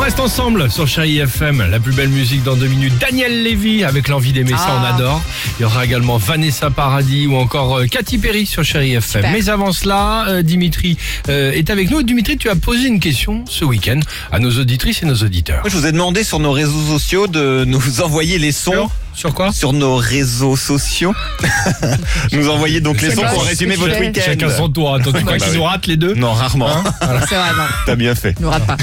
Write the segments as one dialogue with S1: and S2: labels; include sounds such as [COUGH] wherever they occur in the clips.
S1: reste ensemble sur Chérie FM. La plus belle musique dans deux minutes. Daniel Lévy avec l'envie d'aimer ça, on
S2: Ah.
S1: adore. Il y aura également Vanessa Paradis ou encore euh, Katy Perry sur Chérie FM.
S2: Super.
S1: Mais avant cela, euh, Dimitri euh, est avec nous. Dimitri, tu as posé une question ce week-end à nos auditrices et nos auditeurs.
S3: Moi, je vous ai demandé sur nos réseaux sociaux de nous [LAUGHS] envoyer les sons.
S1: Sur quoi
S3: Sur nos réseaux sociaux. nous envoyer donc les
S1: Chacun
S3: sons
S2: son-
S3: pour résumer
S2: Eh ben, ce que
S3: votre
S2: tu fais.
S3: week-end.
S1: Chacun son tour. Attends, tu crois
S3: bah
S1: qu'ils
S3: oui.
S1: nous ratent les deux
S3: Non, rarement.
S2: C'est vrai, non,
S3: [LAUGHS] T'as bien fait.
S2: ne rate pas.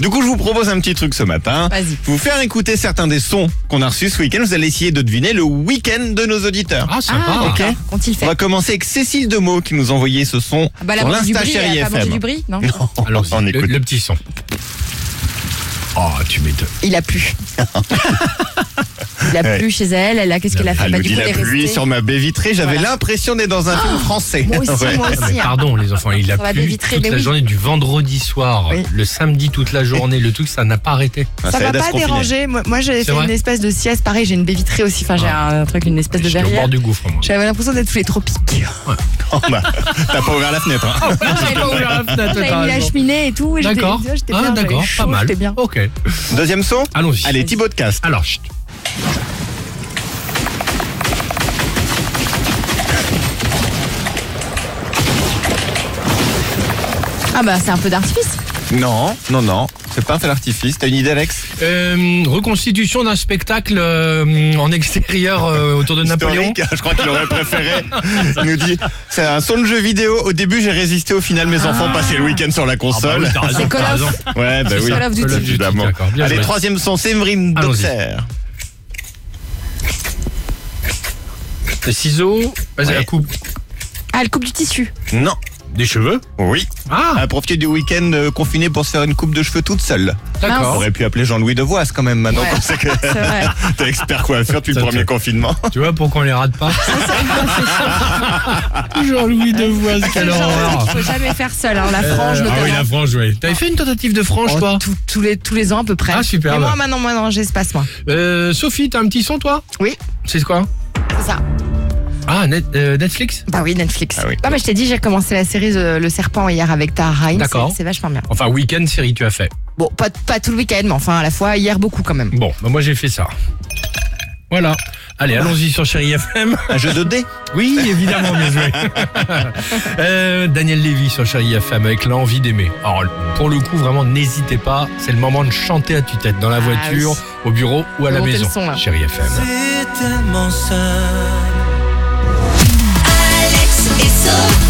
S3: Du coup, je vous propose un petit truc ce matin.
S2: Vas-y.
S3: Je vais vous faire écouter certains des sons qu'on a reçus ce week-end. Vous allez essayer de deviner le week-end de nos auditeurs.
S1: Ah, sympa.
S2: Ah,
S3: ok.
S2: d'accord. Qu'ont-ils
S3: On
S2: fait
S3: va commencer avec Cécile Demeaux qui nous envoyait ce son
S2: Ah bah, la
S3: sur
S2: mangé du
S3: l'Insta
S2: brie,
S3: Chérie
S2: elle a pas mangé
S3: FM.
S2: du bris, non
S1: Alors,
S3: [LAUGHS] on
S1: le,
S3: écoute.
S1: le petit son. Oh, tu m'étonnes.
S2: Il a plu. Il a
S3: Ouais.
S2: plu chez elle, elle a qu'est-ce qu'elle a fait
S3: Elle
S2: Bah,
S3: nous
S2: du
S3: dit
S2: coup,
S3: la
S2: elle est
S3: pluie
S2: restée.
S3: sur ma baie vitrée. J'avais
S2: Voilà. Ah,
S3: l'impression d'être dans un film français.
S1: [LAUGHS]
S3: [LAUGHS]
S2: Moi aussi,
S3: Ouais.
S2: moi
S1: Ah,
S2: aussi.
S1: mais
S2: hein.
S1: pardon les enfants, il a
S2: Ça va
S1: plu
S2: dévitrer,
S1: toute
S2: mais
S1: la
S2: oui.
S1: journée du vendredi soir,
S2: Oui.
S1: le samedi toute la journée, le truc ça n'a pas arrêté.
S3: Ah,
S4: Ça
S3: aide
S4: m'a
S3: à se
S4: pas
S3: confiner.
S4: dérangé. Moi, moi, j'avais
S1: C'est
S4: fait
S1: vrai Ah.
S4: une espèce de sieste. Pareil, j'ai une baie vitrée aussi. Enfin, j'ai un, truc, une espèce de
S1: J'étais au
S4: verrière.
S1: bord du gouffre
S2: [LAUGHS]
S1: moi.
S4: J'avais l'impression d'être sous
S1: [LAUGHS]
S4: les tropiques.
S3: Oh, bah, T'as pas ouvert la fenêtre. hein.
S2: Ah,
S4: J'avais mis la cheminée et tout. et j'étais-
S1: D'accord,
S4: J'étais
S1: Ah,
S4: bien.
S1: d'accord,
S4: j'avais
S1: pas
S4: chaud,
S1: mal.
S4: J'étais bien.
S1: Ok,
S3: Deuxième son
S1: allons-y.
S3: Allez, Thibaut de Cast.
S1: Alors, chut.
S2: Ah bah c'est un peu d'artifice.
S3: Non, non, non. C'est pas un feu d'artifice. T'as une idée, Alex
S1: Euh, reconstitution d'un spectacle euh, en extérieur euh, autour de Napoléon.
S3: Historique, hein, Je crois qu'il
S1: [LAUGHS]
S3: aurait préféré. Il nous dit c'est un son de jeu vidéo. Au début, j'ai résisté. Au final, mes enfants passaient le week-end sur la
S1: Ah bah oui,
S3: console.
S1: t'as raison,
S2: C'est Call
S1: t'as
S2: of.
S1: raison.
S3: Ouais, bah
S1: C'est ça,
S3: oui.
S2: Call of Duty.
S1: Call of Duty,
S3: Évidemment.
S1: d'accord, bien
S3: Allez,
S1: joué.
S3: troisième son Séverine
S1: Allons-y.
S3: Doxer.
S1: Des ciseaux, vas-y,
S3: Ouais.
S1: la coupe.
S2: Ah elle coupe du tissu.
S3: Non.
S1: Des cheveux
S3: Oui.
S1: Ah,
S3: À profiter du week-end euh, confiné pour se faire une coupe de cheveux toute seule. On
S1: d'accord.
S3: aurait pu appeler Jean-Louis Devoise quand même maintenant
S2: Ouais.
S3: qu'on sait que [LAUGHS]
S2: C'est vrai.
S3: t'es expert coiffure depuis le
S1: Ça,
S3: premier
S1: ça.
S3: confinement.
S1: Tu vois pourquoi on les rate pas [LAUGHS] Jean-Louis Devoise,
S2: C'est
S1: [LAUGHS] quelle
S2: le genre de truc
S1: horreur
S2: qu'il faut jamais faire seul. hein. La frange
S1: Euh,
S2: notamment.
S1: Ah oui, la frange, oui. T'avais fait une tentative de frange,
S2: Oh,
S1: toi
S2: tous- tous, les, tous les ans à peu près.
S1: Ah, super.
S4: Et moi, maintenant, moi, non, j'espace, moi.
S1: Euh, Sophie, t'as un petit son, toi
S4: Oui.
S1: C'est quoi
S4: C'est ça.
S1: Ah, Net- euh, Netflix
S4: Bah oui, Netflix.
S3: Ah oui.
S4: Non, mais je t'ai dit, j'ai commencé la série euh, Le Serpent hier avec Tara Rein.
S1: D'accord.
S4: C'est- C'est vachement bien.
S1: Enfin, week-end série, tu as fait.
S4: Bon, pas, pas tout le week-end, mais enfin, à la fois, hier, beaucoup quand même.
S1: Bon, bah moi j'ai fait ça. Voilà. Allez, allons-y sur Chéri FM.
S3: Un jeu de dés
S1: Oui, évidemment, bien joué. [LAUGHS] Euh, Daniel Lévy sur Chéri FM avec l'envie d'aimer. Alors, pour le coup, vraiment, n'hésitez pas. C'est le moment de chanter à tue-tête dans la
S4: Ah,
S1: voiture,
S4: oui.
S1: au bureau ou à la
S4: Montez le
S1: maison.
S4: son, là.
S1: Chéri FM.
S5: Alex et Sophie.